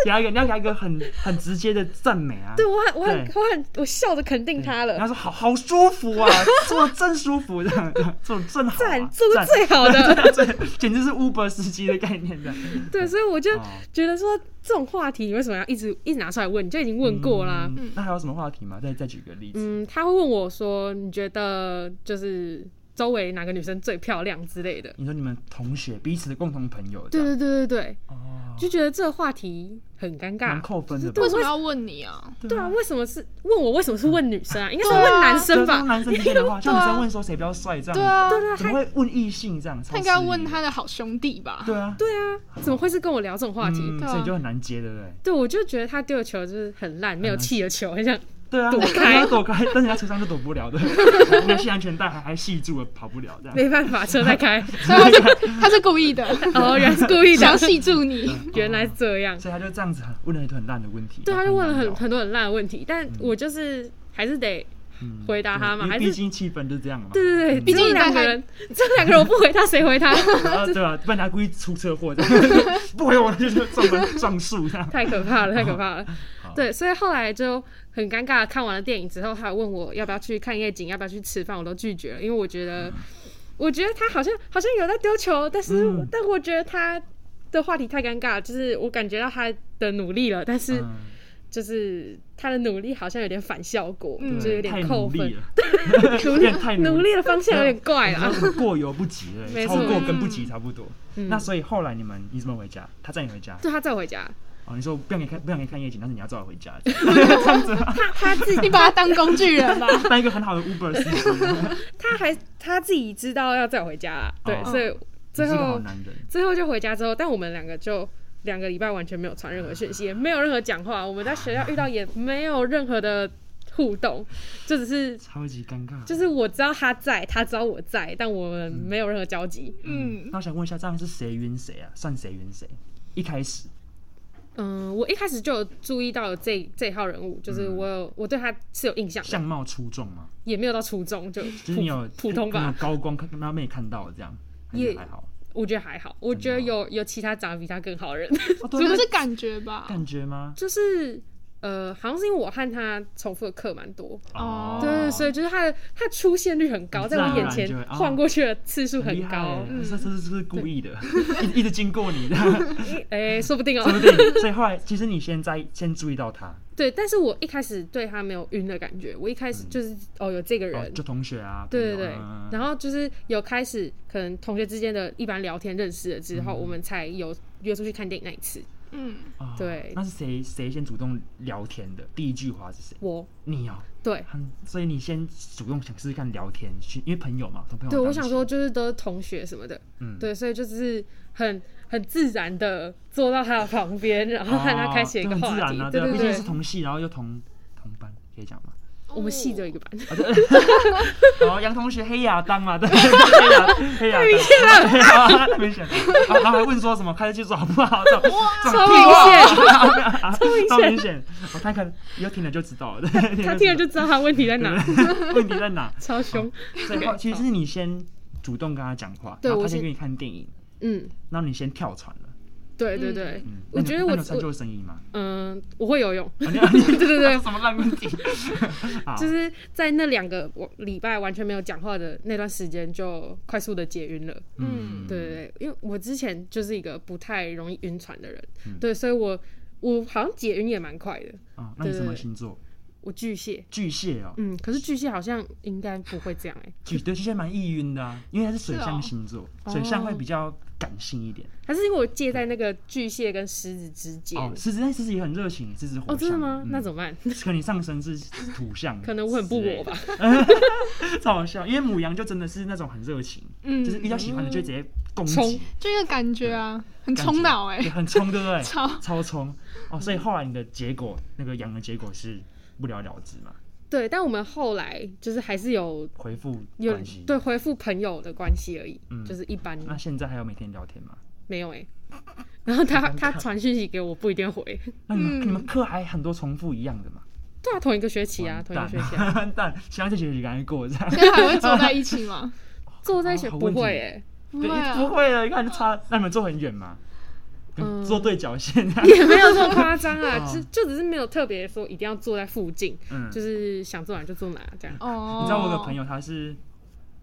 [SPEAKER 3] 给他一个，你要给他一个很很直接的赞美啊。
[SPEAKER 2] 对我很，我很
[SPEAKER 3] 对，
[SPEAKER 2] 我很，我笑着肯定他
[SPEAKER 3] 然
[SPEAKER 2] 了，
[SPEAKER 3] 后说好好舒服啊，做的真舒服，这样做的真好、啊
[SPEAKER 2] 赞，，做的
[SPEAKER 3] 赞
[SPEAKER 2] 最好 的。
[SPEAKER 3] 对对，简直是 Uber 司机的概念的。
[SPEAKER 2] 对，所以我就
[SPEAKER 3] 哦
[SPEAKER 2] 觉得说，这种话题你为什么要一直一直拿出来问？你就已经问过啦。
[SPEAKER 3] 嗯那还有什么话题吗？再再举个例子。
[SPEAKER 2] 嗯，他会问我说：“你觉得就是周围哪个女生最漂亮之类的
[SPEAKER 3] 你说你们同学彼此的共同朋友？”，
[SPEAKER 2] 对，对对对对，
[SPEAKER 3] 哦，
[SPEAKER 2] 就觉得这个话题很尴
[SPEAKER 3] 蛮
[SPEAKER 2] 尬。
[SPEAKER 3] 扣分的吧。
[SPEAKER 1] 为什么要问你
[SPEAKER 3] 嗯
[SPEAKER 1] 啊？
[SPEAKER 2] 对啊，为什么是问我？为什么是问女生啊？应该是
[SPEAKER 1] 对啊
[SPEAKER 2] 问男生
[SPEAKER 3] 就是
[SPEAKER 2] 吧？
[SPEAKER 3] 男生之间的话，像女
[SPEAKER 1] 对
[SPEAKER 3] 生
[SPEAKER 1] 啊
[SPEAKER 3] 问说谁比较帅这样，
[SPEAKER 1] 对，啊，
[SPEAKER 3] 怎么会问异性这样？
[SPEAKER 1] 他
[SPEAKER 3] 他
[SPEAKER 1] 应该要问他，的好兄弟吧？
[SPEAKER 3] 对啊，
[SPEAKER 2] 对啊，怎么会是跟我聊这种话题？
[SPEAKER 3] 嗯
[SPEAKER 1] 对啊
[SPEAKER 3] 所以就很难接，对不对？
[SPEAKER 2] 对，我就觉得他丢的球就是很烂，没有气的球，很像
[SPEAKER 3] 对啊，
[SPEAKER 2] 躲开
[SPEAKER 3] 你要躲开，但是你在车上就躲不了的， 你要系安全带还还系住了，跑不了这样。
[SPEAKER 2] 没办法，车在 开。
[SPEAKER 1] 所以他是他是故意的，
[SPEAKER 2] 哦，原来是故意
[SPEAKER 1] 想
[SPEAKER 2] 的，
[SPEAKER 1] 系住 你。
[SPEAKER 2] 原来是这样。
[SPEAKER 3] 所以他就这样子很问了一个很烂的问题。
[SPEAKER 2] 对，他就问了很
[SPEAKER 3] 难聊
[SPEAKER 2] 很多很烂的问题，但我就是还是得
[SPEAKER 3] 嗯
[SPEAKER 2] 回答他嘛
[SPEAKER 3] 因为
[SPEAKER 2] 还是
[SPEAKER 3] 毕竟气氛就这样了嘛。
[SPEAKER 2] 对对对，
[SPEAKER 3] 嗯
[SPEAKER 2] 毕竟两个人，这两个人我不回他，谁回 他？
[SPEAKER 3] 然后对吧？不然他故意出车祸，这样不回我就是撞门撞树这样。
[SPEAKER 2] 太可怕了，太可怕了
[SPEAKER 3] 好。
[SPEAKER 2] 对，所以后来就很尴尬。看完了电影之后，他还问我要不要去看夜景，要不要去吃饭，我都拒绝了，因为我觉
[SPEAKER 3] 嗯
[SPEAKER 2] 得，我觉得他好像好像有在丢球，但是、
[SPEAKER 3] 嗯
[SPEAKER 2] 但我觉得他的话题太尴尬，就是我感觉到他的努力了，但是
[SPEAKER 3] 嗯
[SPEAKER 2] 就是他的努力好像有点反效果，
[SPEAKER 1] 嗯
[SPEAKER 2] 就有
[SPEAKER 3] 太
[SPEAKER 2] 点扣
[SPEAKER 3] 努
[SPEAKER 2] 分
[SPEAKER 3] 力， 了，有点太
[SPEAKER 2] 努
[SPEAKER 3] 努
[SPEAKER 2] 力的方向有点怪
[SPEAKER 3] 然
[SPEAKER 2] 啊。
[SPEAKER 3] 后过犹不及了，
[SPEAKER 2] 没
[SPEAKER 3] 超
[SPEAKER 2] 错
[SPEAKER 3] 过跟不及差不多。
[SPEAKER 2] 嗯
[SPEAKER 3] 那所以后来你们你怎么回家？他载你回家
[SPEAKER 2] 就他载我回家，
[SPEAKER 3] 哦？你说不想给你看不想给你看夜景，但是你要载我回家，
[SPEAKER 2] 他自己
[SPEAKER 1] 你把他当工具人 吧。
[SPEAKER 3] 当一个很好的 Uber 司机，
[SPEAKER 2] 他还他自己知道要载我回家啦，对，
[SPEAKER 3] 哦
[SPEAKER 2] 所以
[SPEAKER 3] 你
[SPEAKER 2] 最
[SPEAKER 3] 是个好
[SPEAKER 2] 后
[SPEAKER 3] 男人。
[SPEAKER 2] 最后就回家之后，但我们两个就两个礼拜完全没有传任何讯息，也没有任何讲话，我们在学校遇到也没有任何的互动，就只是
[SPEAKER 3] 超级尴尬，
[SPEAKER 2] 就是我知道他在，他知道我在，但我们没有任何交集。
[SPEAKER 1] 嗯，
[SPEAKER 3] 那我想问一下，这样是谁晕谁啊？算谁晕谁？一开始
[SPEAKER 2] 嗯，我一开始就有注意到有这这号人物，就是
[SPEAKER 3] 嗯
[SPEAKER 2] 我有我对他是有印象的，
[SPEAKER 3] 相貌出众吗？
[SPEAKER 2] 也没有到初中，就
[SPEAKER 3] 就是你有
[SPEAKER 2] 普普通吧
[SPEAKER 3] 那种高光看妈妹看到的这样，还是
[SPEAKER 2] 也
[SPEAKER 3] 还好。
[SPEAKER 2] 我觉得还好，我觉得有有其他长得比他更好的人。
[SPEAKER 3] 哦
[SPEAKER 1] 主
[SPEAKER 3] 对
[SPEAKER 1] 要
[SPEAKER 3] 对
[SPEAKER 1] 是感觉吧。
[SPEAKER 3] 感觉吗？
[SPEAKER 2] 就是呃，好像是因为我和他重复的课蛮多，
[SPEAKER 1] 哦
[SPEAKER 2] 对对，所以就是他的他的出现率很高，
[SPEAKER 3] 自
[SPEAKER 2] 在
[SPEAKER 3] 然
[SPEAKER 2] 我眼
[SPEAKER 3] 而然就
[SPEAKER 2] 前
[SPEAKER 3] 会哦
[SPEAKER 2] 晃过去的次数
[SPEAKER 3] 厉
[SPEAKER 2] 很
[SPEAKER 3] 害
[SPEAKER 2] 高嗯
[SPEAKER 3] 耶，，这这是这是故意的， 一一直经过你，说
[SPEAKER 2] 哎，说不 定
[SPEAKER 3] 不
[SPEAKER 2] 哦。
[SPEAKER 3] 定。所以后来，其实你先在先注意到他，
[SPEAKER 2] 对，但是我一开始对他没有晕的感觉，我一开始就是哦有这个
[SPEAKER 3] 嗯哦
[SPEAKER 2] 人，
[SPEAKER 3] 就同学啊，
[SPEAKER 2] 对对
[SPEAKER 3] 朋友
[SPEAKER 2] 对
[SPEAKER 3] 啊，
[SPEAKER 2] 然后就是有开始可能同学之间的一般聊天认识了之
[SPEAKER 3] 嗯
[SPEAKER 2] 后，我们才有约出去看电影那一次。
[SPEAKER 1] 嗯，
[SPEAKER 3] 哦
[SPEAKER 2] 对
[SPEAKER 3] 那是谁谁先主动聊天的？第一句话是谁？
[SPEAKER 2] 我
[SPEAKER 3] 你哦，
[SPEAKER 2] 对
[SPEAKER 3] 嗯所以你先主动想试试看聊天，去因为朋友嘛，同朋友。
[SPEAKER 2] 对，我想说，就是都是同学什么的，
[SPEAKER 3] 哦嗯，
[SPEAKER 2] 对，所以就是很很自然的坐到他的旁边，然后
[SPEAKER 3] 哦，
[SPEAKER 2] 和他开启一
[SPEAKER 3] 这
[SPEAKER 2] 个
[SPEAKER 3] 很自
[SPEAKER 2] 话
[SPEAKER 3] 然
[SPEAKER 2] 题，
[SPEAKER 3] 啊，
[SPEAKER 2] 对
[SPEAKER 3] 啊
[SPEAKER 2] 对
[SPEAKER 3] 毕竟是
[SPEAKER 2] 对，
[SPEAKER 3] 同系，然后又同同班，可以讲 吗？
[SPEAKER 2] 我们系只有一个班，
[SPEAKER 3] 哦，杨同学黑亚当 嘛，对，黑亚黑亚当，黑亚当太明显了，然后然后还问说什么开车技术好不好，这种 这种
[SPEAKER 2] 超
[SPEAKER 3] 屁
[SPEAKER 2] 明
[SPEAKER 3] 话
[SPEAKER 2] 显，
[SPEAKER 3] 超明显，哦我看看，以后听了就知道了。
[SPEAKER 2] 他听了就知道他问题在
[SPEAKER 3] 对
[SPEAKER 2] 哪，
[SPEAKER 3] 对 问题在哪？
[SPEAKER 2] 超凶，
[SPEAKER 3] 所以后 其实是你先主动跟他讲话，
[SPEAKER 2] 对
[SPEAKER 3] 然后
[SPEAKER 2] 我
[SPEAKER 3] 他先
[SPEAKER 2] 先
[SPEAKER 3] 跟你看电影，
[SPEAKER 2] 嗯，
[SPEAKER 3] 然后你先跳船了。
[SPEAKER 2] 对对对，
[SPEAKER 3] 嗯，
[SPEAKER 2] 我觉得
[SPEAKER 3] 那
[SPEAKER 2] 我
[SPEAKER 3] 你有那你有穿
[SPEAKER 2] 我
[SPEAKER 3] 救生衣吗？
[SPEAKER 2] 嗯，我会游泳，
[SPEAKER 3] 啊你你
[SPEAKER 2] 对对对
[SPEAKER 3] 什么烂问题？好
[SPEAKER 2] 就是在那两个我礼拜完全没有讲话的那段时间，就快速的解晕了。
[SPEAKER 1] 嗯
[SPEAKER 2] 对对对，因为我之前就是一个不太容易晕船的人，
[SPEAKER 3] 嗯
[SPEAKER 2] 对，所以我我好像解晕也蛮快的，
[SPEAKER 3] 啊，那你什么
[SPEAKER 2] 对
[SPEAKER 3] 星座？
[SPEAKER 2] 我巨蟹，
[SPEAKER 3] 巨蟹哦，
[SPEAKER 2] 嗯，可是巨蟹好像应该不会这样哎、
[SPEAKER 3] 巨对巨蟹蛮易晕的啊，因为它是水象星座，
[SPEAKER 2] 哦
[SPEAKER 3] 水象会比较感性一点。
[SPEAKER 2] 还是因为我介在那个巨蟹跟狮子之间。
[SPEAKER 3] 哦，嗯狮子，但狮子也很热情，狮子火
[SPEAKER 2] 哦，
[SPEAKER 3] 象。
[SPEAKER 2] 真的吗？那怎
[SPEAKER 3] 么？
[SPEAKER 2] 么办？
[SPEAKER 3] 可能你上升是土象，
[SPEAKER 2] 可能我很不我吧。
[SPEAKER 3] 超好笑，因为母羊就真的是那种很热情，
[SPEAKER 1] 嗯
[SPEAKER 3] 就是遇到喜欢的就会直接攻
[SPEAKER 2] 冲
[SPEAKER 3] 击，
[SPEAKER 1] 就一个感觉啊，很冲脑哎
[SPEAKER 3] 对，很冲，对不 对？
[SPEAKER 1] 超
[SPEAKER 3] 超冲哦，
[SPEAKER 2] 嗯
[SPEAKER 3] 所以后来你的结果，那个羊的结果是不了了之嘛，
[SPEAKER 2] 对，但我们后来就是还是有
[SPEAKER 3] 回复
[SPEAKER 2] 有
[SPEAKER 3] 关系。
[SPEAKER 2] 对回复朋友的关系而已，
[SPEAKER 3] 嗯
[SPEAKER 2] 就是一般
[SPEAKER 3] 那现在还有每天聊天吗？
[SPEAKER 2] 没有哎、然后他他传讯息给我，不一定回。
[SPEAKER 3] 那你们、
[SPEAKER 1] 嗯
[SPEAKER 3] 你们课还很多重复一样的嘛？
[SPEAKER 2] 对啊，同一个学期啊，同一个
[SPEAKER 3] 完
[SPEAKER 2] 学期、啊，
[SPEAKER 3] 蛋， 完蛋，希望这学期赶快过这样。
[SPEAKER 1] 现在还会坐在一起吗？
[SPEAKER 2] 坐在一起
[SPEAKER 3] 哦好
[SPEAKER 2] 不
[SPEAKER 3] 问题
[SPEAKER 2] 会哎、哦
[SPEAKER 1] 会
[SPEAKER 3] 对，
[SPEAKER 1] 啊
[SPEAKER 3] 不会了，你看就差，那你们坐很远嘛，
[SPEAKER 2] 嗯
[SPEAKER 3] 坐对角线 啊，
[SPEAKER 2] 也没有这么夸张啊，
[SPEAKER 3] 哦
[SPEAKER 2] 就就只是没有特别说一定要坐在附近，
[SPEAKER 3] 嗯，
[SPEAKER 2] 就是想坐哪就坐哪这样。
[SPEAKER 1] 哦，
[SPEAKER 3] 你知道我有个朋友他是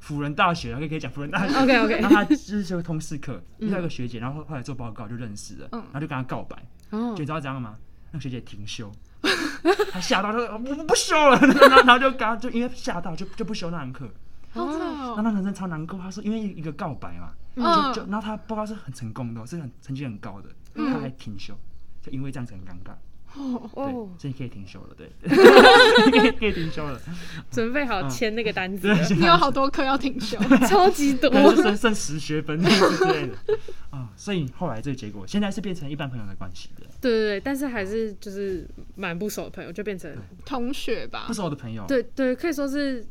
[SPEAKER 3] 辅仁大学，他可以讲辅仁大学。
[SPEAKER 2] OK OK，
[SPEAKER 3] 然后他就是修通识课，
[SPEAKER 2] 嗯
[SPEAKER 3] 遇到一个学姐，然后后来做报告就认识了，
[SPEAKER 1] 嗯
[SPEAKER 3] 然后就跟她告白，
[SPEAKER 2] 哦
[SPEAKER 3] 就你知道怎样吗？那个学姐停 休，她吓到，她说我我不修了， 然后然后就刚刚就因为吓到就就不修那堂课，
[SPEAKER 1] 好惨
[SPEAKER 3] 那
[SPEAKER 1] 哦，
[SPEAKER 3] 那男生超难过，他说因为一个告白嘛，
[SPEAKER 1] 嗯
[SPEAKER 3] 就就然后他报告是很成功的哦，是很成绩很高的，
[SPEAKER 1] 嗯
[SPEAKER 3] 他还停休，就因为这样子很尴尬，对，
[SPEAKER 2] 哦，
[SPEAKER 3] 所以你可以停休了，对， 可以可以停休了，
[SPEAKER 2] 准备
[SPEAKER 3] 嗯
[SPEAKER 2] 好签那个单子
[SPEAKER 3] 对
[SPEAKER 2] 了，，
[SPEAKER 1] 你有好多课要停休，
[SPEAKER 2] 超级多。
[SPEAKER 3] 可能剩剩十学分之类的啊、所以后来这个结果现在是变成一般朋友的关系的，
[SPEAKER 2] 对对对，但是还是就是蛮不熟的朋友，就变成
[SPEAKER 3] 嗯
[SPEAKER 1] 同学吧
[SPEAKER 3] 不，是我的朋友，
[SPEAKER 2] 对对，可以说是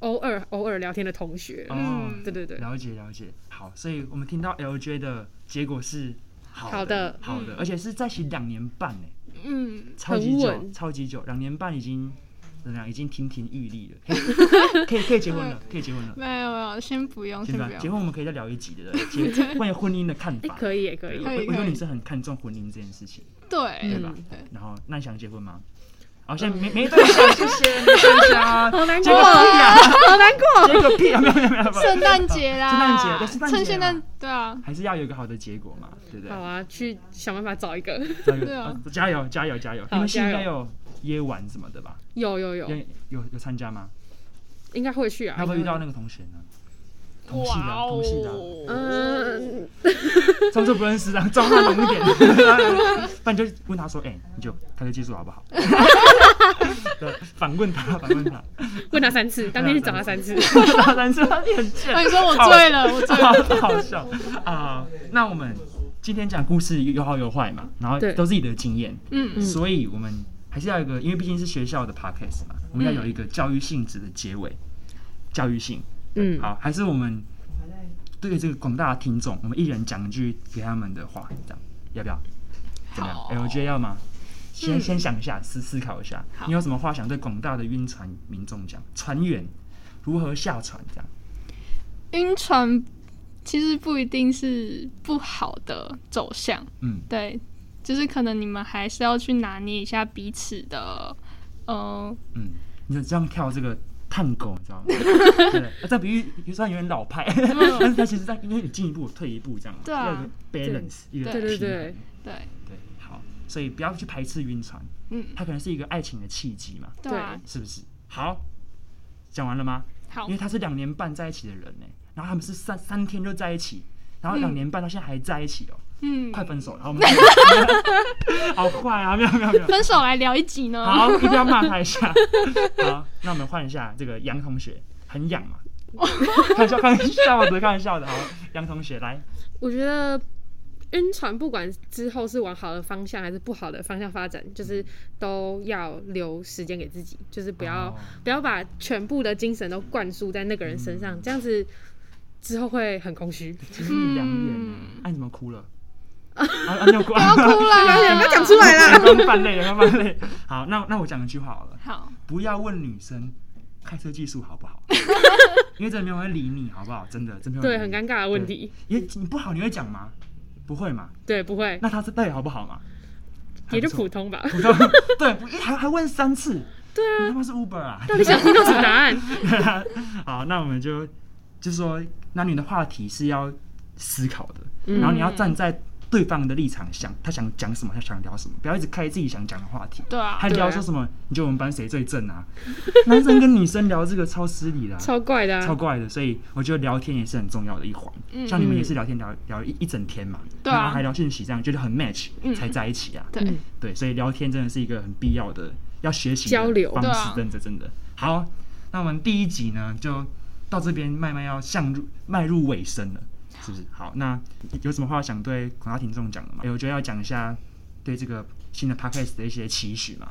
[SPEAKER 2] 偶尔偶尔聊天的同学。
[SPEAKER 3] 哦，
[SPEAKER 2] 嗯对对对，
[SPEAKER 3] 了解了解，好，所以我们听到 LJ 的结果是好
[SPEAKER 2] 好
[SPEAKER 3] 的
[SPEAKER 2] 的
[SPEAKER 3] 好的，而且是在一起两年半呢，
[SPEAKER 1] 嗯，
[SPEAKER 3] 超级
[SPEAKER 2] 很
[SPEAKER 3] 久，
[SPEAKER 2] 稳
[SPEAKER 3] 超级久，两年半已经怎么样？已经亭亭玉 立了，可以可以可以结婚了，可以结婚了。
[SPEAKER 1] 没有没有，先不用，
[SPEAKER 3] 结
[SPEAKER 1] 先不
[SPEAKER 3] 婚，结
[SPEAKER 1] 用，
[SPEAKER 3] 婚我们可以再聊一集的， 结关于婚姻的看
[SPEAKER 2] 哎，
[SPEAKER 3] 法。
[SPEAKER 2] 可以也可以
[SPEAKER 3] 对，
[SPEAKER 1] 可以
[SPEAKER 3] 我我觉
[SPEAKER 1] 可
[SPEAKER 3] 得
[SPEAKER 1] 以
[SPEAKER 3] 你是很看重婚姻这件事情，对
[SPEAKER 1] 对，
[SPEAKER 3] 吧
[SPEAKER 2] 嗯？
[SPEAKER 3] 然后，那你想结婚吗？好，现在没没对象，谢谢，没 对象，
[SPEAKER 2] 好难
[SPEAKER 3] 结
[SPEAKER 2] 过
[SPEAKER 3] 个
[SPEAKER 2] 啊，
[SPEAKER 3] 屁啊，
[SPEAKER 2] 好难过。
[SPEAKER 3] 结个屁啊，没有没有没有没有，
[SPEAKER 1] 圣诞节啦，
[SPEAKER 3] 圣诞节对圣诞节
[SPEAKER 1] 趁现在
[SPEAKER 3] 嘛
[SPEAKER 1] 对啊，
[SPEAKER 3] 还是要有一个好的结果嘛，对不对
[SPEAKER 2] 好？啊，去想办法找一个。
[SPEAKER 3] 加油
[SPEAKER 1] 对啊
[SPEAKER 3] 啊加油加油加油！
[SPEAKER 2] 好
[SPEAKER 3] 你们是应该
[SPEAKER 2] 加
[SPEAKER 3] 有夜晚什么的吧？
[SPEAKER 2] 有有有，
[SPEAKER 3] 有有有参加吗？
[SPEAKER 2] 应该会去啊。
[SPEAKER 3] 会嗯不会遇到
[SPEAKER 2] 应
[SPEAKER 3] 那个同学呢？同系的啊同系的啊，
[SPEAKER 2] 该会嗯，
[SPEAKER 3] 装作不认识啊，装作懂一点。不然就问他说：“哎，你就开个技术好不好？” 对，反问他，反问他，
[SPEAKER 2] 问他三
[SPEAKER 3] 嗯
[SPEAKER 2] 次，当天去找他三次。
[SPEAKER 3] 打三次，他很贱
[SPEAKER 1] 哦那。你说我醉了，我醉了，
[SPEAKER 3] 好好笑啊！那我们今天讲故事有好有坏嘛，然后
[SPEAKER 2] 对
[SPEAKER 3] 都是你的经验，
[SPEAKER 1] 嗯，
[SPEAKER 3] 所以我们还是要有一个，因为毕竟是学校的 podcast 嘛，我们要有一个教育性质的结尾，教育性。
[SPEAKER 2] 嗯，
[SPEAKER 3] 好，还是我们对这个广大的听众，我们一人讲一句给他们的话，这样要不要？怎么样
[SPEAKER 1] 好
[SPEAKER 3] ？LJ 要吗？先、
[SPEAKER 1] 嗯
[SPEAKER 3] 先想一下，思思考一下，你有什么话想对广大的晕船民众讲？船员如何下船？这样
[SPEAKER 1] 晕船其实不一定是不好的走向，
[SPEAKER 3] 嗯，
[SPEAKER 1] 对，就是可能你们还是要去拿捏一下彼此的，呃，
[SPEAKER 3] 嗯，你就这样跳这个探狗，你 知道吗？对，啊这比喻也算有点老派，但是它其实在因为你进一步退一步这样嘛，
[SPEAKER 1] 嗯对啊
[SPEAKER 3] 要有个 balance，一个
[SPEAKER 2] 对对
[SPEAKER 3] 平衡
[SPEAKER 2] 对
[SPEAKER 1] 对，
[SPEAKER 3] 对，好，所以不要去排斥晕船，
[SPEAKER 1] 嗯，
[SPEAKER 3] 它可能是一个爱情的契机嘛，
[SPEAKER 1] 对啊，
[SPEAKER 3] 是不是？好，讲完了吗？
[SPEAKER 1] 好
[SPEAKER 3] 因为，他是两年半在一起的人呢，然后他们是三三天就在一起，然后两年半到现在还在一起哦，
[SPEAKER 1] 嗯，
[SPEAKER 3] 快分手了，然后我们好坏啊，没有没有没有，
[SPEAKER 1] 分手来聊一集呢，
[SPEAKER 3] 好，一定要骂他一下。好，那我们换一下这个杨同学，很痒嘛？开玩笑，开玩笑的，开玩笑的。好，杨同学来，
[SPEAKER 2] 我觉得晕船不管之后是往好的方向还是不好的方向发展，
[SPEAKER 3] 嗯
[SPEAKER 2] 就是都要留时间给自己，就是不要、
[SPEAKER 3] 哦
[SPEAKER 2] 不要把全部的精神都灌输在那个人身上，这样子之后会很空虚。
[SPEAKER 3] 情意良缘呢？哎，你怎么哭了？啊啊，你有哭啊？
[SPEAKER 1] 不要哭啦，
[SPEAKER 2] 不要讲出来啦！
[SPEAKER 3] 阳光泛泪，阳光泛泪。好，那那我讲一句话好了，
[SPEAKER 1] 好，
[SPEAKER 3] 不要问女生开车技术好 不好，因为真的没有人会理你，好不好？真的，真的没有
[SPEAKER 2] 对，
[SPEAKER 3] 人
[SPEAKER 2] 很
[SPEAKER 3] 理你。
[SPEAKER 2] 尴尬的问题。
[SPEAKER 3] 因为你不好，你会讲吗？不会嘛？
[SPEAKER 2] 对，不会，
[SPEAKER 3] 那他是到底好不好嘛？
[SPEAKER 2] 也就
[SPEAKER 3] 还不错
[SPEAKER 2] 普通吧。
[SPEAKER 3] 普通，对，不还还问三次，对啊，你他妈是 Uber 啊！
[SPEAKER 2] 到底想听到什么答案？
[SPEAKER 3] 好，那我们就就说，那你的话题是要思考的，
[SPEAKER 2] 嗯
[SPEAKER 3] 然后你要站在对方的立场想，他想讲什么，他想聊什么，不要一直开自己想讲的话题，
[SPEAKER 1] 对啊
[SPEAKER 3] 还，聊说什么，你觉得我们班谁最正啊？ 男生跟女生聊这个超失礼的、啊。
[SPEAKER 2] 超怪的、
[SPEAKER 3] 超
[SPEAKER 2] 啊，
[SPEAKER 3] 怪的，所以我觉得聊天也是很重要的一环。像你们也是聊天聊聊一一整天嘛，
[SPEAKER 1] 嗯对啊
[SPEAKER 3] 然后还聊讯息，这样觉得很 match
[SPEAKER 1] 嗯
[SPEAKER 3] 才在一起啊。
[SPEAKER 1] 对，
[SPEAKER 3] 对，所以聊天真的是一个很必要的要学习的
[SPEAKER 2] 交流
[SPEAKER 3] 方
[SPEAKER 1] 对
[SPEAKER 3] 式
[SPEAKER 1] 啊，
[SPEAKER 3] 真的真的。好，那我们第一集呢就到这边慢慢要向入迈入尾声了，是不是？好，那有什么话想对广大听众讲的吗？哎我觉得要讲一下对这个新的 podcast 的一些期许嘛。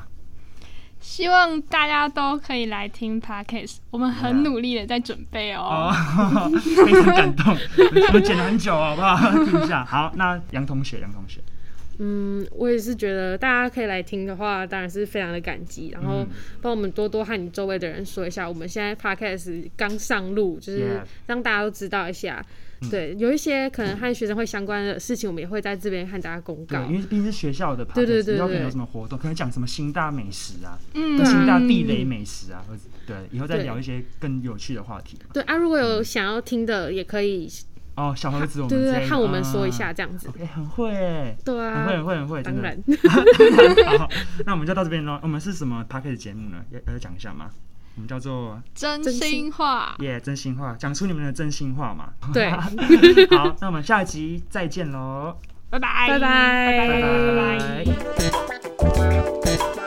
[SPEAKER 1] 希望大家都可以来听 podcast，我们很努力的在准备
[SPEAKER 3] 啊哦
[SPEAKER 1] 哦，，
[SPEAKER 3] 非常感动，我们剪了很久，好不好？听一下。好，那杨同学，杨同学，
[SPEAKER 2] 嗯，我也是觉得大家可以来听的话，当然是非常的感激，然后
[SPEAKER 3] 嗯
[SPEAKER 2] 帮我们多多和你周围的人说一下，我们现在 podcast 刚上路，就是
[SPEAKER 3] Yeah 嗯
[SPEAKER 2] 让大家都知道一下。对，有一些可能和学生会相关的事情，我们也会在这边和大家公
[SPEAKER 3] 对
[SPEAKER 2] 告，
[SPEAKER 3] 因。为毕竟是学校的 podcast，
[SPEAKER 2] 对对对
[SPEAKER 3] 以后可
[SPEAKER 2] 对
[SPEAKER 3] 能有什么活动，可能讲什么新大美食啊，
[SPEAKER 1] 嗯，
[SPEAKER 3] 新大
[SPEAKER 1] 嗯
[SPEAKER 3] 地雷美食啊，或者对，以后再
[SPEAKER 2] 对
[SPEAKER 3] 聊一些更有趣的话题嘛。
[SPEAKER 2] 对啊，如果有想要听的，也可以，
[SPEAKER 3] 哦，小盒子，我们
[SPEAKER 2] 对对
[SPEAKER 3] 之
[SPEAKER 2] 对，
[SPEAKER 3] 类
[SPEAKER 2] 和
[SPEAKER 3] 的
[SPEAKER 2] 我们说一下
[SPEAKER 3] 啊
[SPEAKER 2] 这样子。
[SPEAKER 3] OK，很会哎，
[SPEAKER 2] 对
[SPEAKER 3] 很会
[SPEAKER 2] 啊
[SPEAKER 3] 很，会很会，真
[SPEAKER 2] 当
[SPEAKER 3] 的
[SPEAKER 2] 然。。
[SPEAKER 3] 好，那我们就到这边喽。我们是什么 podcast 节目呢？要要讲一下吗？我们叫做
[SPEAKER 1] 真
[SPEAKER 2] 真心
[SPEAKER 1] 心话，
[SPEAKER 3] 耶、真心话，讲出你们的真心话 嘛。
[SPEAKER 2] 对
[SPEAKER 3] 好，那我们下集再见喽，
[SPEAKER 1] 拜拜，
[SPEAKER 2] 拜拜
[SPEAKER 1] 拜拜，拜拜。
[SPEAKER 3] 拜拜。